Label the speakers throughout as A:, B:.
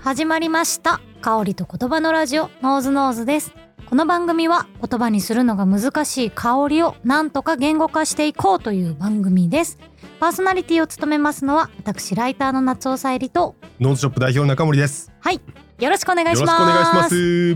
A: 始まりました香りと言葉のラジオノーズノーズですこの番組は言葉にするのが難しい香りをなんとか言語化していこうという番組ですパーソナリティを務めますのは私ライターの夏尾さえりと
B: ノンズショップ代表中森です。
A: よろしくお願
B: よ
A: い
B: ろ
A: し
B: しくお
A: ます
B: 願いします。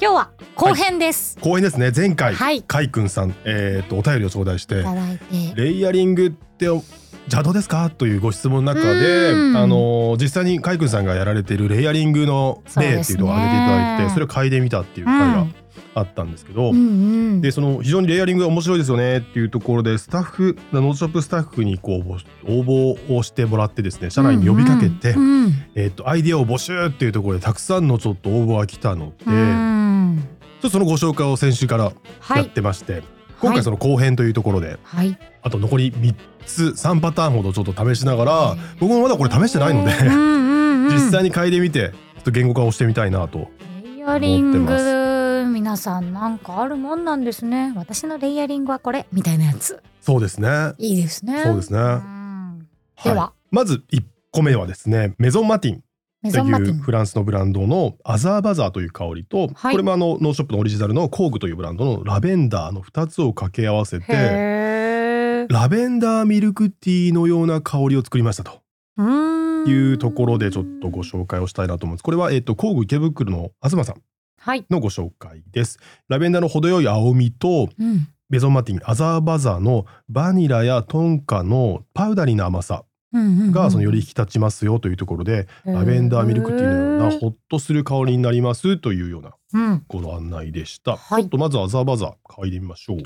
A: 今日は後編です
B: 後編ですね。前
A: は
B: 回、
A: い、
B: か
A: い、
B: いくんさん、えっ、とお便りを頂戴して、
A: ただいて
B: レイヤリングって邪道ですかというご質問の中で、
A: うん
B: あのー実際にかいくんさんがやられているレイヤリングの例っていうのを挙げていた
A: そうで
B: だい
A: す
B: て、
A: ね
B: それを嗅いでみたっていう回があったんですけど。
A: うんうん
B: でその非常にレイヤリングが面白いですよねっていうところでスタッフノーズショップスタッフにこう応募をしてもらってですね社内に呼びかけて、
A: うんうん
B: えっとアイデアを募集っていうところでたくさんのちょっと応募が来たので、
A: うん
B: ちょっとそのご紹介を先週から
A: は
B: やっ
A: い
B: てまして、今回その後編というところで、
A: はい
B: あと残り3つ3パターンほどちょっと試しながら、
A: うん
B: 僕もまだこれ試してないので、
A: うんうんうん、
B: 実際に嗅いでみてちょっと言語化をしてみたいなと
A: レイヤリング皆さんなんかあるもんなんですね私のレイヤリングはこれみたいなやつ
B: そうですね、はい
A: いですね
B: そうですね
A: ん
B: い
A: では、
B: まず1個目はですねメゾンマティン
A: メ
B: と
A: ゾンマテ
B: い
A: ィ
B: う
A: ン
B: フランスのブランドのアザーバザーという香りと、
A: はい
B: これもあのノーショップのオリジナルの工具というブランドのラベンダーの2つを掛け合わせて
A: へ
B: ラベンダーミルクティーのような香りを作りましたと。
A: ー
B: いうところでちょっとご紹介をしたいなと思うんです。これは、えっと工具池袋の東さん
A: はい、
B: のご紹介です。ラベンダーの程よい青みと
A: うん、
B: ベゾンマティンアザーバザーのバニラやトンカのパウダリーな甘さ
A: うんうんうん
B: がそのより引き立ちますよというところで、ラベンダーミルクティーのような
A: へー
B: ほっとする香りになりますというような
A: うん
B: ご案内でした。
A: は
B: ちょ
A: い
B: っとまずアザーバザー嗅いでみましょう。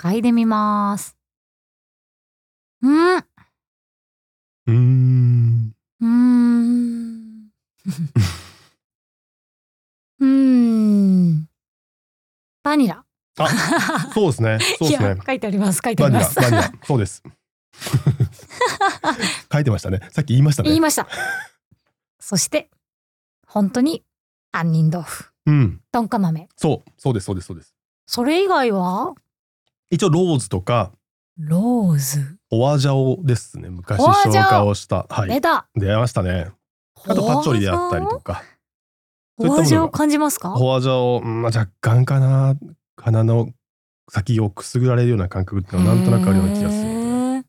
A: 嗅いでみますうんう
B: うーん。
A: ーんうーんバニラ
B: あ、そうですね。そうです
A: い
B: ね
A: や。書いてあります書いてあ
B: バ
A: り
B: ニ
A: ま
B: ラ、
A: す
B: バニラ、そ うです。書いてましたね。さっき言いましたね。
A: 言いました。そして、本当に杏仁豆腐、
B: うん、
A: 鈍化豆。
B: そう、そうです、そうです、そうです。
A: それ以外は
B: 一応ローズとか、
A: ローズ、
B: ホワジャオですね。昔
A: ホワジ
B: 紹
A: ャオ
B: 介をした。は
A: レ
B: い。
A: ダ、
B: 出会いましたね。あとパッチョリであったりとか。
A: ホワジャオ
B: そ
A: を
B: ういったものが
A: 感じますか
B: ホワジャオ、うんまあ、若干かな。鼻の先をくすぐられるような感覚っていうのはなんとなくあるような気がす
A: へ
B: る。
A: ー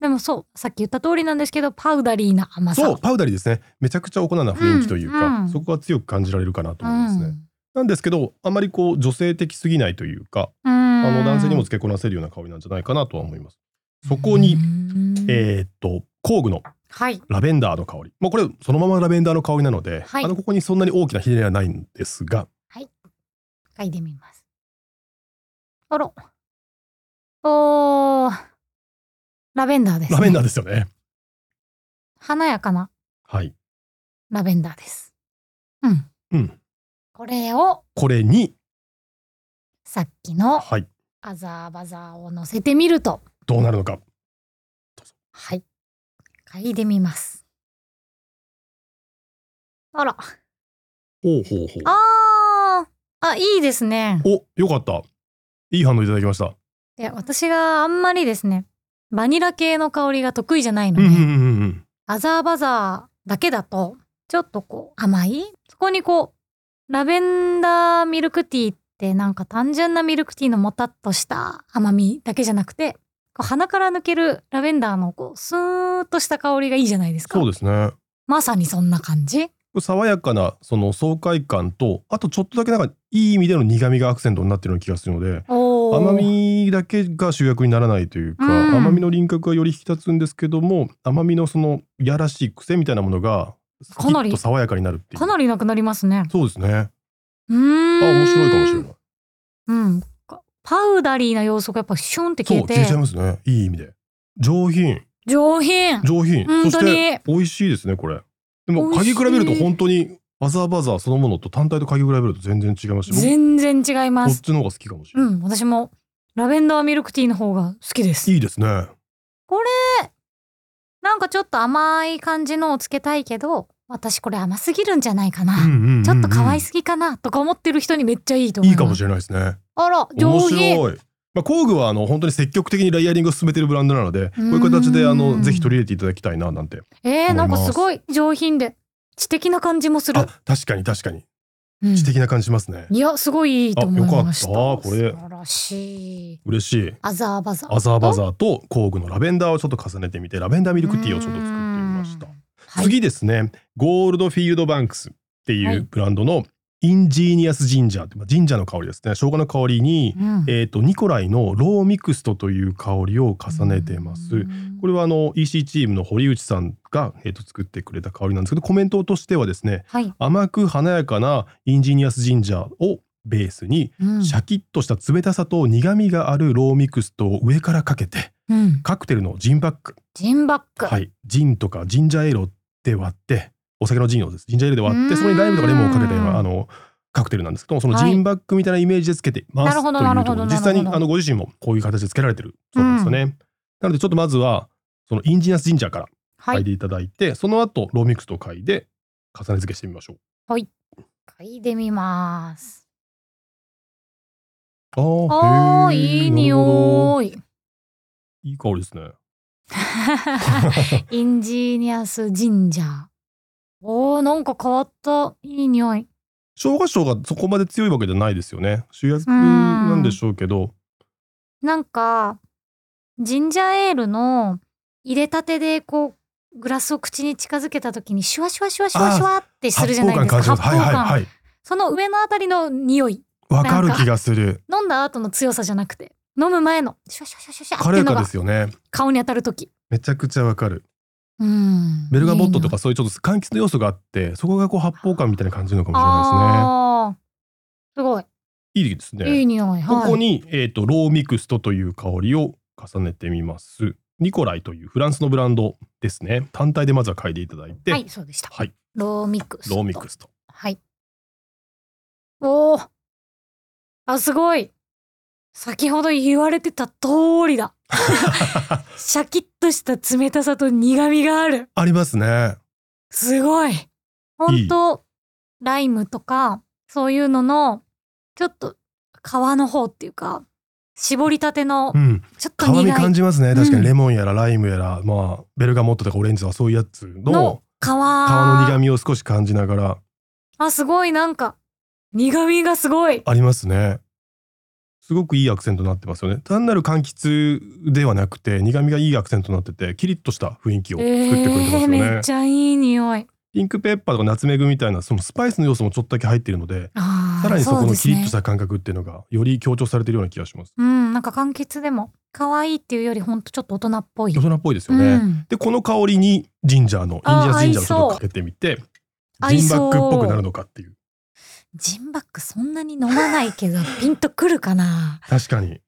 A: でもそう、さっき言った通りなんですけど、パウダリーな甘さ。
B: そう、パウダリーですね。めちゃくちゃお粉な雰囲気というか、
A: うんうん
B: そこは強く感じられるかなと思いますね。
A: うん
B: なんですけど、あまりこう女性的すぎないというか、あの男性にも、付けこなせるような香りなんじゃないかなとは思います。そこに、
A: え
B: えーっと工具の
A: はい。
B: ラベンダーの香り、まあ、これそのままラベンダーの香りなので、
A: はい
B: あのここにそんなに大きなひねりはないんですが
A: 嗅いでみます。あら。おーラベンダーです、ね。
B: ラベンダーですよね。
A: 華やかな
B: はい、
A: ラベンダーです。うん。
B: うん、
A: これを
B: これに、
A: さっきの
B: はい、
A: アザーバザーを乗せてみると、
B: どうなるのか
A: はい。嗅いでみます。あら、
B: ほうほうほう
A: あー、あ、いいですね。
B: およかったいい反応いただきました。
A: で、私があんまりですね、バニラ系の香りが得意じゃないの
B: うん
A: で、
B: うんうんうん
A: アザーバザーだけだと、ちょっとこう甘いそこにこう、ラベンダーミルクティーってなんか単純なミルクティーのもたっとした甘みだけじゃなくて、こう鼻から抜けるラベンダーのこう、スーッとした香りがいいじゃないですか。
B: そうですね。
A: まさにそんな感じ。
B: 爽やかなその爽快感とあとちょっとだけなんかいい意味での苦みがアクセントになってるような気がするので
A: おー
B: 甘みだけが主役にならないというか、
A: うん
B: 甘みの輪郭がより引き立つんですけども甘みのそのいやらしい癖みたいなものがスキ
A: かなり
B: ッと爽やかになるっていう
A: かなりなくなりますね。
B: そうですね
A: うーん。
B: あ面白いかもしれない
A: うん。かパウダリーな要素がやっぱシュンって
B: そ
A: 消
B: う
A: え
B: 消え
A: て
B: ちゃい、ますねいい意味で上品
A: 上品。
B: 上品
A: 本
B: そ
A: 当
B: し
A: に
B: て美味しいですねこれでも
A: 美味
B: 嗅
A: し
B: ぎ
A: い
B: 比べると本当にバザーバザーそのものと単体と嗅ぎ比べると全然違いますし
A: 全然違いま
B: 僕こ
A: す
B: っ。ちの方が好きかもしれ
A: う
B: ない、
A: ん、私もラベンダーミルクティーの方が好きです。
B: いいですね
A: なんかちょっと甘い感じのをつけたいけど、私これ甘すぎるんじゃないかな。ち
B: ち
A: ょっと可愛すぎかなとか思ってる人にめっちゃいいと思
B: い
A: い
B: いか
A: ま
B: も
A: す。
B: しれないですね
A: あら、上
B: 面
A: 品。
B: 白い。まあ、工具はあの本当に積極的にライヤリングを進めているブランドなのでこういう形であ
A: う
B: の
A: ん
B: ぜひ取り入れていただきたいななんて
A: えー、
B: 思
A: ないん
B: ま
A: か
B: す
A: すごい上品で知的な感じもする
B: あ、確かに確かに
A: うん
B: 知的な感じしますね、
A: いやすごいいいと思いました
B: あよかったこれ
A: 素晴らしい
B: 嬉しい
A: アザーバザー
B: アザーバザーと工具のラベンダーをちょっと重ねてみてラベンダーミルクティーをちょっと作ってみました
A: うーんはい
B: 次ですねゴールドフィールドバンクスってい
A: はいう
B: ブランドのインジーニアスジンジャーってまあジンジャーの香りですね生姜の香りに、
A: うん
B: えー、とニコライのローミクストという香りを重ねてます。これはあの EC チームの堀内さんが、えー、と作ってくれた香りなんですけどコメントとしてはですね
A: はい、
B: 甘く華やかなインジーニアスジンジャーをベースに
A: うん
B: シャキッとした冷たさと苦みがあるローミクストを上からかけて
A: うん
B: カクテルのジンバック
A: ジンバック、
B: はい、ジンとかジンジャーエールで割ってお酒のジンをですジンジャーエールで割っ
A: うーん
B: てそこにライムとかレモンをかけたようなあのカクテルなんですけどもその
A: はい
B: ジンバッグみたいなイメージでつけてます、
A: なるほど
B: とい
A: な
B: う
A: る
B: と
A: ほ
B: こ
A: ど
B: ろ実際に
A: なるほど
B: あのご自身もこういう形でつけられてるそうなんですよね、なのでちょっとまずはそのインジニアスジンジャーから
A: は
B: 嗅い
A: い
B: でいただいて、その後ローミックスと嗅いで重ね付けしてみましょう
A: 嗅いでみます
B: あー
A: あー
B: へー
A: いい
B: なるほど
A: 匂い
B: いい香りですね
A: インジニアスジンジャーおーなんか変わったいい匂い
B: 生姜症がそこまで強いわけじゃないですよね主役なんでしょうけど
A: なんかジンジャーエールの入れたてでこうグラスを口に近づけた時にシュワシュワシュワシュワシュワってするじゃないですか
B: 発泡感感じますはいはいはい
A: その上のあたりの匂い
B: わかる気がする。
A: 飲んだ後の強さじゃなくて飲む前のシュワシュワシュワシュワシュワっ
B: 軽
A: ていう
B: や
A: の
B: か
A: が
B: ですよね。
A: 顔に当たる時
B: めちゃくちゃわかる。
A: うん
B: ベルガボットと
A: い
B: かそういうちょっと柑橘の要素があって、そこがこう発泡感みたいな感じなのか
A: い
B: も
A: な
B: しれな
A: あーすごい
B: いですね。いいですね。
A: いい匂い、
B: こ
A: はい、
B: こにえっ、とローミクストという香りを重ねてみます。ニコライというフランスのブランドですね。単体でまずは嗅いでいただいて、
A: はいそうでした
B: はい
A: ローミックス
B: ローミクスト。
A: はいおおあすごい先ほど言われてた通 りだシャキッとした冷たさと苦みがある
B: ありますね。
A: すごい本当ライムとかそういうののちょっと皮の方っていうか絞りたての
B: うん。
A: ちょっと
B: 皮
A: 苦い
B: 味感じますね。確か
A: うん
B: にレモンやらライムやら、まあベルガモットとかオレンジとかそういうやつ
A: の
B: の
A: 皮
B: 皮の苦
A: あ
B: みを少し感じながら
A: すごいなんか苦みがすごい
B: ありますね。すごくいいアクセントになってますよね。単なる柑橘ではなくて苦味がいいアクセントになっててキリッとした雰囲気を作ってくれてますよね。
A: えーめっちゃいい匂い
B: ピンクペッパーとかナツメグみたいなそのスパイスの要素もちょっとだけ入っているので
A: あー
B: さらにそこ
A: う
B: の
A: です
B: キ
A: ね
B: リッとした感覚っていうのがより強調されているような気がします。
A: うんなんか柑橘でも可愛いっていうよりほんとちょっと大人っぽい
B: 大人っぽいです
A: う
B: よね。
A: ん、
B: でこの香りにジンジャーのインジ
A: あー
B: ャージンジャーをちょっ
A: 合いそう
B: とかけてみて
A: 合い
B: ジン
A: そう
B: バックっぽくなるのかっていう
A: ジンバックそんなに飲まないけどピンとくるかな
B: 確かによ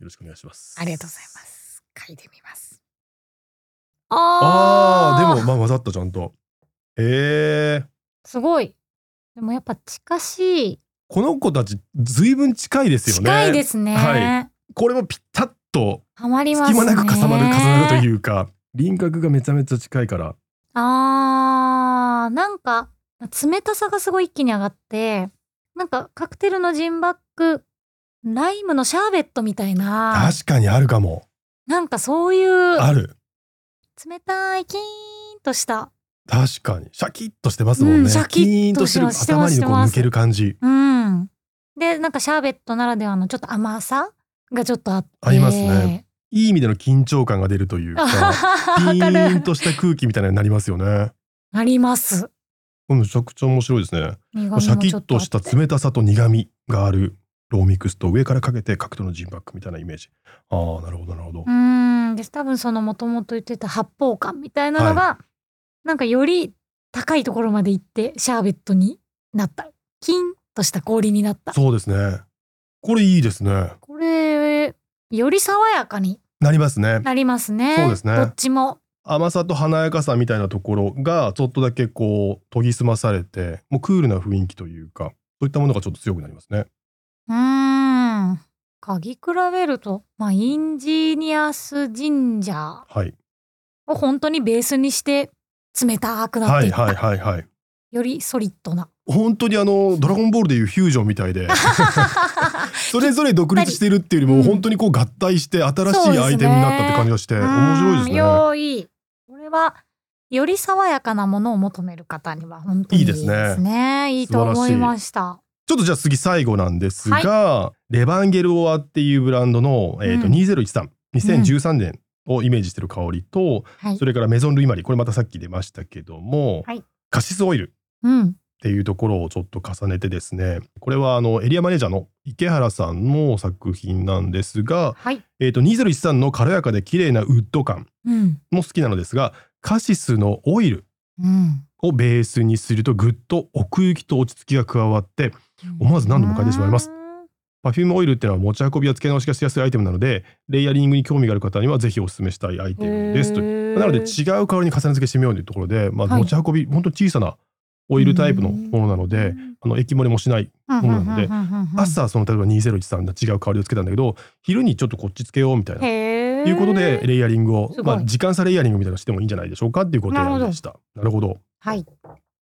B: ろしくお願いします。。
A: ありがとうございますす嗅いでみますあ
B: あ
A: ー
B: ーでもまあ混ざったちゃんと。へえー。
A: すごいでもやっぱ近しい、
B: この子たちずいぶん近いですよね。
A: 近いですね、
B: はこれもピタッと
A: はまります
B: 隙
A: ね
B: 間なく重なる重なるというか輪郭がめちゃめちゃ近いから
A: あーなんか冷たさがすごい一気に上がってなんかカクテルのジンバックライムのシャーベットみたいな
B: 確かにあるかも
A: なんかそういう
B: ある
A: 冷たいキーンとした
B: 確かにシャキッとしてますもんね、
A: うんシャキッとして
B: キーン
A: ま
B: と
A: す
B: してる頭にこう
A: してます
B: 抜ける感じ
A: うんでなんかシャーベットならではのちょっと甘さがちょっとあって
B: あります ねいい意味での緊張感が出るという
A: あ
B: か
A: は
B: ピ
A: はわか
B: ーン
A: る
B: とした空気みたいなのになりますよね
A: あります
B: めちゃくちゃ面白いですね
A: 苦味も
B: シ
A: ちょ
B: ャ
A: っとあって
B: キッとした冷たさと苦味があるローミックスと上からかけて角度のジンバックみたいなイメージああなるほどなるほど、
A: うーんです多分そのもともと言ってた発泡感みたいなのが、なんかより高いところまで行ってシャーベットになったキンとした氷になった
B: そうですねこれいいですね
A: これより爽やかに
B: なりますね
A: なりますね
B: そうですね
A: どっちも
B: 甘さと華やかさみたいなところがちょっとだけこう研ぎ澄まされてもうクールな雰囲気というかそういったものがちょっと強くなりますね
A: うーん嗅ぎ比べると、まあ、インジニアスジンジャー
B: はい
A: を本当にベースにして冷たくなっ
B: は
A: てい
B: い
A: った、
B: はいはいはい
A: よりソリッドな
B: 本当にあのドラゴンボールでいうフュージョンみた いでそれぞれ独立してるっていうより
A: う
B: も
A: ん
B: 本当にこう合体して新し
A: そうで
B: い
A: すね
B: アイテムになったって感じがして面白い
A: うー
B: です
A: ん
B: ね
A: よーいこれはより爽やかなものを求める方には本当に
B: いいですね
A: ねいいと思いました。
B: ちょっとじゃあ次最後なんですが、レバンゲルオアっていうブランドの、えー、と
A: うん
B: 2013、2013年をイメージしてる香りと、
A: はい
B: そ。れからメゾン・ルイマリーこれまたさっき出ましたけども、
A: はい
B: カシスオイル
A: うん。
B: っていうところをちょっと重ねてですねこれはあのエリアマネージャーの池原さんの作品なんですが、
A: はい。
B: えー、と2013の軽やかで綺麗なウッド感
A: うん。
B: も好きなのですがカシスのオイル
A: うん。
B: をベースにするとぐっと奥行きと落ち着きが加わって思わず何度も嗅いでしまいます
A: うーん。
B: パフュームオイルっていうのは持ち運びや付け直しがしやすいアイテムなのでレイヤリングに興味がある方にはぜひお勧めしたいアイテムですというなので違う香りに重ね付けしてみようというところで、まあ、
A: はい
B: 持ち運び、本当小さなオイルタイプのものなので、あの液漏れもしない
A: うん、
B: ものなので
A: うんうんうんうんうん
B: 朝その例えば2013の違う香りをつけたんだけど昼にちょっとこっちつけようみたいな。
A: へー
B: いうことでレイヤリングを
A: す、ごい
B: まあ、時間差レイヤリングみたいなのしてもいいんじゃないでしょうかっていうことでした。なるほど。
A: はい。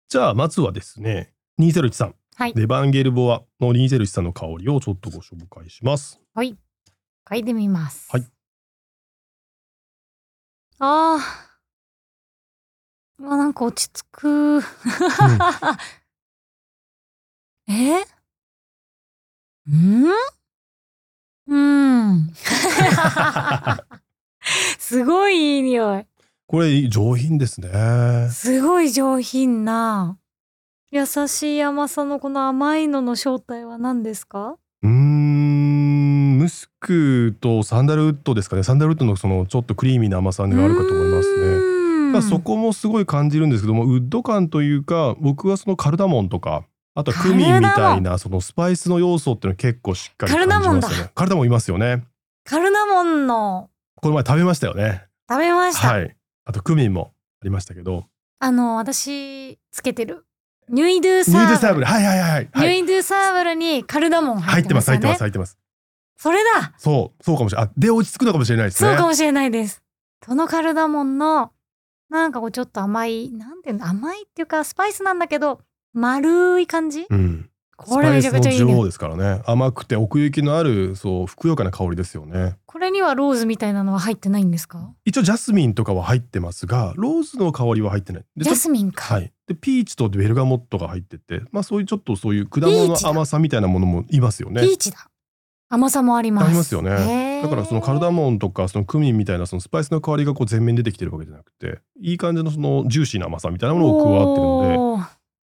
B: じゃあまずはですね2013、
A: はい
B: レバンゲルボアの2013の香りをちょっとご紹介します。
A: 嗅いでみます。
B: はい。
A: ああ。まあなんか落ち着く。 えうんうん。 すごいいい匂い。
B: これ上品ですね。は
A: すごい上品な。優しい甘さのこの甘いのの正体は何ですか
B: うーんムスクとサンダルウッドですかねサンダルウッドのそのちょっとクリーミーな甘さがあるかと思いますね。
A: ね
B: まあ、そこもすごい感じるんですけどもウッド感というか僕はそのカルダモンとかあとはクミンみ
A: カルダ
B: た
A: モ
B: い
A: ン
B: なそのスパイスの要素っていうの結構しっかり感じ
A: カルダモン
B: ま
A: だ
B: すよね。カルダモンいますよね。
A: カルナモンの
B: この前食べましたよね。
A: 食べました。
B: はい。あとクミンもありましたけど。
A: あの私つけてるニュイドゥサ
B: ニューデサ
A: ーブ
B: ーブ
A: ル
B: ルはいはいはいはい。
A: ニュイドゥサーブルにカルダモン
B: 入
A: 入
B: っ
A: って
B: て
A: ま
B: ます
A: すよ
B: 入ってま
A: ね
B: す入ってます。
A: それだ
B: そうそうかもしれない。あで落ち着くのかもしれないですね。
A: そうかもしれないです。そのカルダモンのなんかこうちょっと甘いなんていうの甘いっていうかスパイスなんだけど丸い感じ
B: うん。
A: これめちゃくちゃいい
B: スパイスの女王
A: ね
B: ですからね甘くて奥行きのあるそうふくよかな香りですよね
A: これにはローズみたいなのは入ってないんですか
B: 一応ジャスミンとかは入ってますがローズの香りは入ってないで
A: ジャスミンか、
B: はい、でピーチとベルガモットが入ってて、まあ、そういうちょっとそういう果物
A: ピー
B: の
A: チだ
B: 甘さみたいなものもいますよね
A: ピーチだ甘さもあります
B: ありますよね
A: へー
B: だからそのカルダモンとかそのクミンみたいなそのスパイスの香りがこう全面に出てきてるわけじゃなくていい感じのそのジューシーな甘さみたいなものを加わってるの
A: お
B: で
A: ー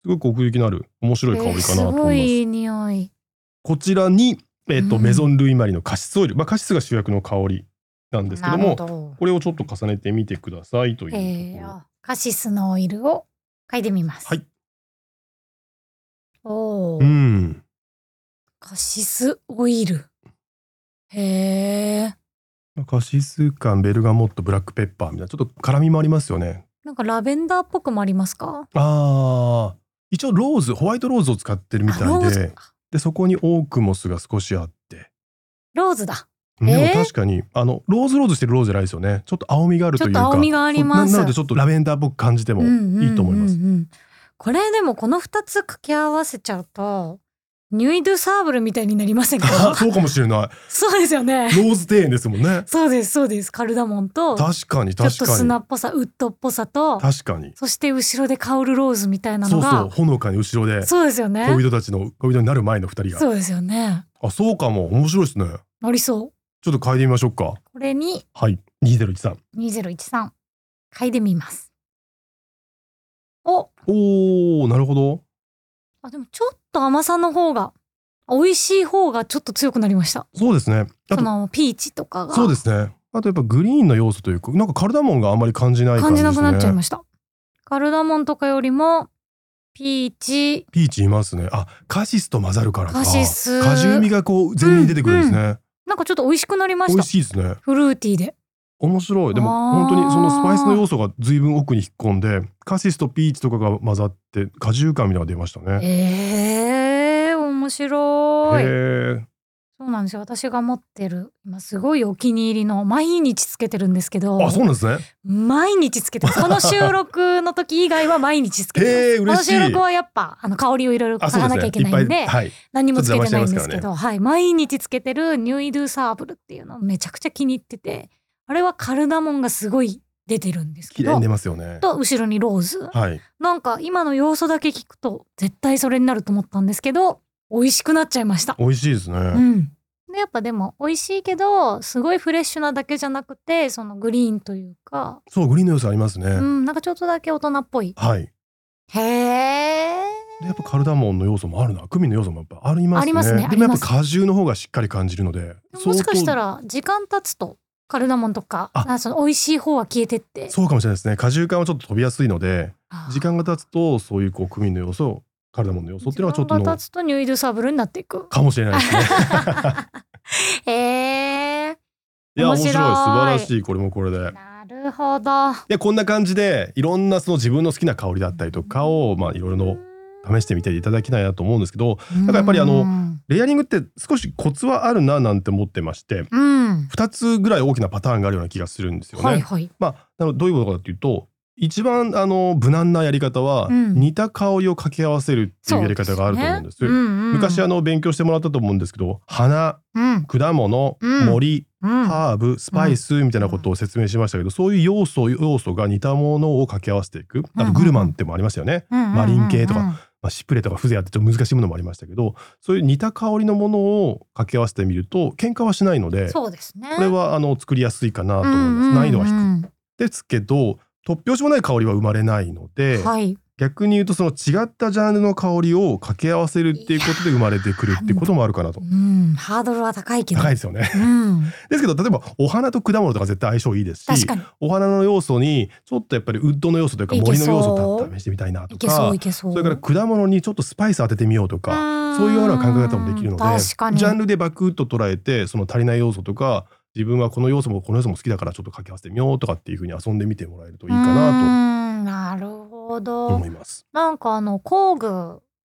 B: すごく奥行きのある面白い香りかなと思
A: え
B: います。
A: ーすごいいい匂い
B: こちらに、えっと
A: うん
B: メゾン・ルイマリのカシスオイル、まあ、カシスが主役の香りなんですけども
A: なるほど
B: これをちょっと重ねてみてくださいというところ、
A: えー、あカシスのオイルを嗅いでみます。
B: はい。
A: おお、
B: うん
A: カシスオイル。へえ。
B: カシス感ベルガモットブラックペッパーみたいなちょっと辛みもありますよね
A: なんかラベンダーっぽくもありますか？
B: あー一応ローズホワイトローズを使ってるみ
A: あロ
B: た
A: ー
B: い
A: ズ
B: で。でそこにオークモスが少しあって
A: ローズだ。
B: でも
A: えー
B: 確かにあのローズローズしてるローズじゃないですよねちょっと青みがあるというか
A: ちょっと青みがあります
B: そうななのでちょっとラベンダーっぽく感じても
A: うん
B: いいと思います、
A: うんうんうんこれでもこの二つ掛け合わせちゃうとニュイドゥサーブルみたいになりません
B: あ
A: か？
B: そうかもしれない
A: そうですよね。
B: ローズ庭園ですもんね
A: そうですそうです。カルダモンとちょっ
B: 確かに
A: と
B: 確かに
A: 砂っぽさウッドっぽさと
B: 確かに
A: そして後ろで香るローズみたいな
B: そ
A: の
B: うそう
A: が
B: ほのかに後ろで
A: そうですよね。
B: 恋人たちの恋人になる前の二人が
A: そうですよね。
B: あそうかも面白いですね
A: 乗りそう。
B: ちょっと嗅いでみましょうか
A: これに
B: はい2013
A: 2013嗅いでみます。お、
B: おーなるほど
A: あでもちょっと甘さの方が美味しい方がちょっと強くなりました。
B: そうですねあ
A: そ
B: と
A: のピーチとかが
B: そうですねあとやっぱグリーンの要素というかなんかカルダモンがあんまり感じない感
A: 感
B: じ
A: じ
B: で
A: な
B: す
A: く
B: ね
A: なっちゃいました。カルダモンとかよりもピーチ
B: ピーチいますねあカシスと混ざるからか
A: カシス
B: 果汁味がこう全面に出てくるんですね、
A: なんかちょっと美味しくなりまし
B: 美
A: た
B: 味。しいですね
A: フルーティーで。
B: 面白いでも
A: あー
B: 本当にそのスパイスの要素が随分奥に引っ込んでカシスとピーチとかが混ざって果汁感みたいなのが出ましたね
A: ええー、面白い。
B: へえ
A: そうなんですよ。私が持ってる今すごいお気に入りの毎日つけてるんですけど。
B: あそうなんですね
A: 毎日つけてますこの収録の時以外は毎日つけて
B: へー
A: ま
B: 嬉し
A: す。
B: い
A: この収録はやっぱあの香りをいろいろ嗅
B: あそう
A: が
B: で
A: な
B: す
A: きゃ
B: ね
A: いけないんで
B: いっぱいはい
A: 何もつけてないんです
B: ち
A: け
B: ょっと邪
A: ど、はい、毎日つけてるニューイドゥサーブルっていうのめちゃくちゃ気に入っててあれはカルダモンがすごい出てるんですけ
B: 綺麗
A: ど
B: に出ますよね。
A: と後ろにローズ
B: はい。
A: なんか今の要素だけ聞くと絶対それになると思ったんですけど美味しくなっちゃいました。
B: 美味しいですね。
A: うん、でやっぱでも美味しいけどすごいフレッシュなだけじゃなくてそのグリーンというか、
B: そうグリーンの要素ありますね。
A: うん、なんかちょっとだけ大人っぽい。
B: はい。
A: へえ。
B: でやっぱカルダモンの要素もあるな、クミンの要素もやっぱありますね。
A: ありますね
B: でもやっ
A: ありま
B: ぱ
A: す
B: 果汁の方がしっかり感じるので、
A: もしかした
B: 相
A: ら時間経つとカルダモンとか
B: あ
A: あその美味しい方は消えてって
B: 当そうかもしれないですね。果汁感はちょっと飛びやすいので、
A: あー
B: 時間が経つとそういうこうクミンの要素、カルダモンの要素っていうのはちょっと
A: 時間が
B: の
A: 経つとニューイドサーブルになってい く。
B: かもしれないですね。
A: へえ。
B: いや面
A: 面白
B: 白い
A: い
B: 素晴らしいこれもこれで。
A: なるほど。
B: でこんな感じでいろんなその自分の好きな香りだったりとかをまあいろいろの試してみていただきたいなと思うんですけど、
A: なん
B: かやっぱりあの
A: うん。
B: レイヤリングって少しコツはあるななんて思ってまして、
A: うん
B: 2つぐらい大きなパターンがあるような気がするんですよね。
A: はいはい。
B: まあ、なのでどういうことかというと一番あの無難なやり方は、
A: うん
B: 似た香りを掛け合わせるっていうやり方があると思うんです。
A: ねうんうん
B: 昔あの勉強してもらったと思うんですけど花
A: うん
B: 果物、
A: うん
B: 森
A: うん
B: ハーブスパイスみたいなことを説明しましたけど、そういう要素要素が似たものを掛け合わせていくあ
A: うんう
B: と
A: ん
B: グルマンってもありましたよね、マリン系とかまあ、シプレとか風情あってちょっと難しいものもありましたけどそういう似た香りのものを掛け合わせてみると喧嘩はしないので
A: そうですね。
B: これはあの作りやすいかなと思います、難易度は低くですけど突拍子もない香りは生まれないので、
A: はい。
B: 逆に言うとその違ったジャンルの香りを掛け合わせるっていうことで生まれてくるっていうこともあるかなと
A: うん、ハードルは高いけど。
B: 高いですよね
A: うん、
B: ですけど例えばお花と果物とか絶対相性いいです
A: 確
B: し
A: かに。
B: お花の要素にちょっとやっぱりウッドの要素というか
A: いけ
B: 森
A: そ
B: の
A: う
B: 要素を試してみたいないと
A: けそう
B: か
A: いけそう。
B: それから果物にちょっとスパイス当ててみようとか
A: ら
B: そういうような考え方もできるので
A: 確かに。
B: ジャンルでバクッと捉えてその足りない要素とか自分はこの要素もこの要素も好きだからちょっと掛け合わせてみようとかっていうふうに遊んでみてもらえるといいかな
A: なと。なるほ
B: と
A: ど
B: 思。います。
A: なんかあの工具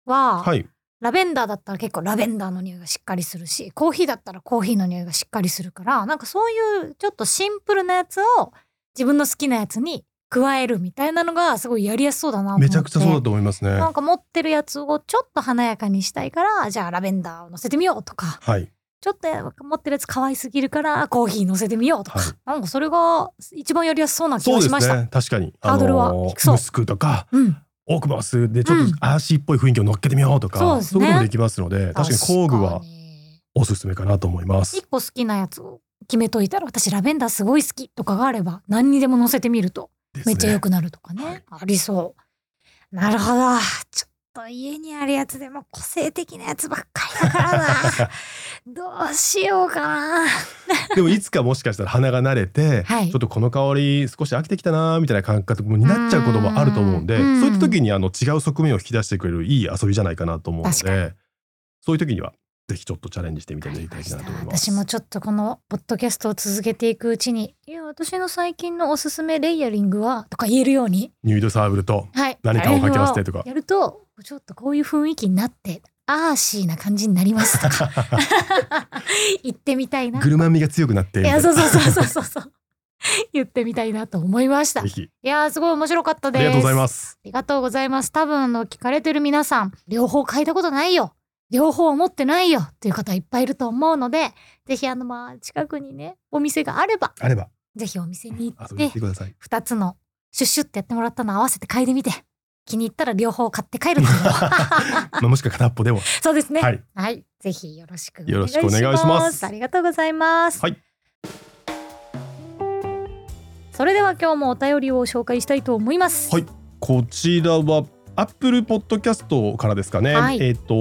A: は、
B: はい、
A: ラベンダーだったら結構ラベンダーの匂いがしっかりするし、コーヒーだったらコーヒーの匂いがしっかりするから、なんかそういうちょっとシンプルなやつを自分の好きなやつに加えるみたいなのがすごいやりやすそうだなと思って。
B: めちゃくちゃそうだと思いますね。
A: なんか持ってるやつをちょっと華やかにしたいからじゃあラベンダーを乗せてみようとか
B: はい、
A: ちょっと持ってるやつ可愛すぎるからコーヒー乗せてみようとか、
B: はい
A: なんかそれが一番やりやすそうな気
B: そ
A: が
B: うで
A: しますした。
B: ね。確かに、
A: ハードルは低そう
B: ムスクとか、
A: うん、
B: オークバスでちょっ
A: うん
B: とアーシーっぽい雰囲気を乗っけてみようとか、
A: そうですね
B: いうこともできますので、確かに工具
A: 確
B: は
A: かに
B: おすすめかなと思います
A: 一。個好きなやつを決めといたら私ラベンダーすごい好きとかがあれば何にでも乗せてみるとめっちゃ良
B: く。
A: くなるとかね
B: はい
A: ありそうなるほどちょっと家にあるやつでも個性的なやつばっかりだ からなどうしようかな
B: でもいつかもしかしたら鼻が慣れて、
A: はい
B: ちょっとこの香り少し飽きてきたなーみたいな感覚になっちゃうこともあると思うんで、
A: うんうん
B: そういった時にあの違う側面を引き出してくれるいい遊びじゃないかなと思うの
A: 確か
B: で、そういう時にはぜひちょっとチャレンジしてみていただきたいなと思います。
A: 私もちょっとこのポッドキャストを続けていくうちに「いや私の最近のおすすめレイヤリングは」とか言えるように、
B: ニュードサーブルと
A: はい、
B: 何かを掛け合わせてとか
A: あれをやるとちょっとこういう雰囲気になってアーシーな感じになりますとか 言ってみたいな。
B: グルマン味が強くなって
A: い
B: みた
A: や
B: いな
A: そうそうそうそうそうそう言ってみたいなと思いました。
B: ぜ
A: い
B: ひ
A: やーすごい面白かった
B: あ
A: です。。
B: りがとうございますす。
A: ありがとうございます。多分あの聞かれてる皆さん両方嗅いだことないよ両方持ってないよっていう方いっぱいいると思うのでぜひあのまあ近くにねお店があれば
B: あれば
A: ぜひお店に行
B: 遊
A: っ
B: び
A: て
B: に来てください。
A: 2つのシュッシュってやってもらったの合わせて嗅いでみて気に入ったら両方買って帰るっていうのも
B: まあもしくは片っぽでも。
A: そうですね
B: は
A: はい、
B: い。
A: ぜひよろしくお願
B: よろ
A: い
B: し
A: し
B: くお
A: ます
B: 願いします
A: ありがとうございます
B: はい
A: それでは今日もお便りを紹介したいと思います
B: はいこちらは Apple Podcast からですかね。
A: はい
B: えっ、と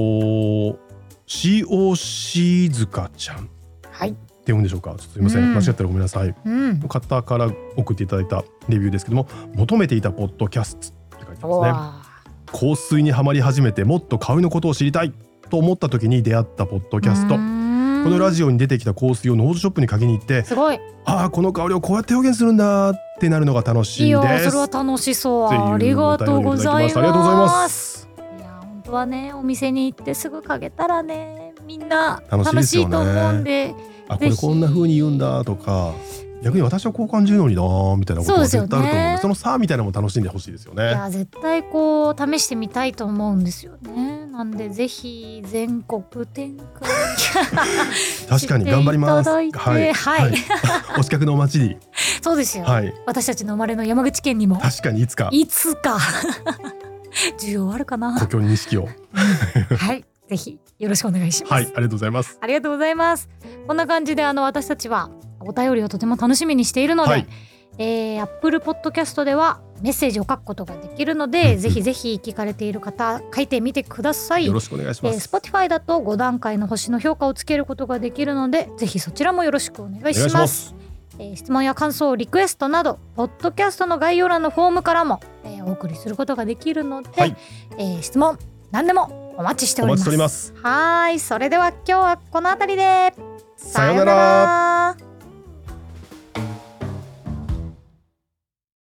B: COC 塚ちゃんっ
A: はい、
B: て読むんでしょうか。ちょっとすみません、
A: うん
B: 間違ったらごめんなさい。
A: うん
B: の方から送っていただいたレビューですけども、求めていたポッドキャストって書いてますね。
A: わ
B: 香水にはまり始めてもっと香りのことを知りたいと思った時に出会ったポッド
A: ー
B: キャスト
A: う。ーん
B: このラジオに出てきた香水をノーズショップにかけに行って、
A: すごい
B: ああこの香りをこうやって表現するんだってなるのが楽し
A: いい
B: い
A: よ
B: です。
A: それは楽しそう
B: っていう
A: ありがとうございます
B: お便りをいただきましたありがとうございます。
A: いや本当はねお店に行ってすぐかけたらねみんな
B: 楽しい
A: 楽
B: です
A: し
B: よ
A: い
B: ね
A: と思うんで
B: あこれこんな風に言うんだとか逆に私はこう感じるのになーみたいなこ
A: そ
B: と
A: う
B: が
A: ですよ
B: 絶
A: ね
B: 対あると思うんでその差みたいなのも楽しんでほしいですよ
A: い
B: ね。
A: や絶対こう試してみたいと思うんですよねなんでぜひ全国展開
B: 確かに頑張ります。
A: 知っていただいてはい
B: お近くのお街に
A: そうですよ、
B: はい
A: 私たちの生まれの山口県にも
B: 確かにいつか
A: いつか 需要あるかな
B: 故郷に錦を
A: はいぜひよろしくお願いします、
B: はいありがとうございます
A: ありがとうございますこんな感じであの私たちはお便りをとても楽しみにしているので、
B: はい
A: えー、Apple Podcast ではメッセージを書くことができるので、
B: うん
A: ぜひぜひ聞かれている方書いてみてください
B: よろしくお願いし
A: え
B: ま
A: ー、
B: す、
A: Spotify だと5段階の星の評価をつけることができるのでぜひそちらもよろしくお願いし
B: お願
A: ま
B: い
A: す
B: します
A: えー質問や感想リクエストなどポッドキャストの概要欄のフォームからも、えーお送りすることができるので、
B: はい
A: えー質問何でもお待ちしてお
B: お
A: りま
B: 待ち
A: す
B: しております
A: はーいそれでは今日はこの辺りで
B: さようなら
A: ら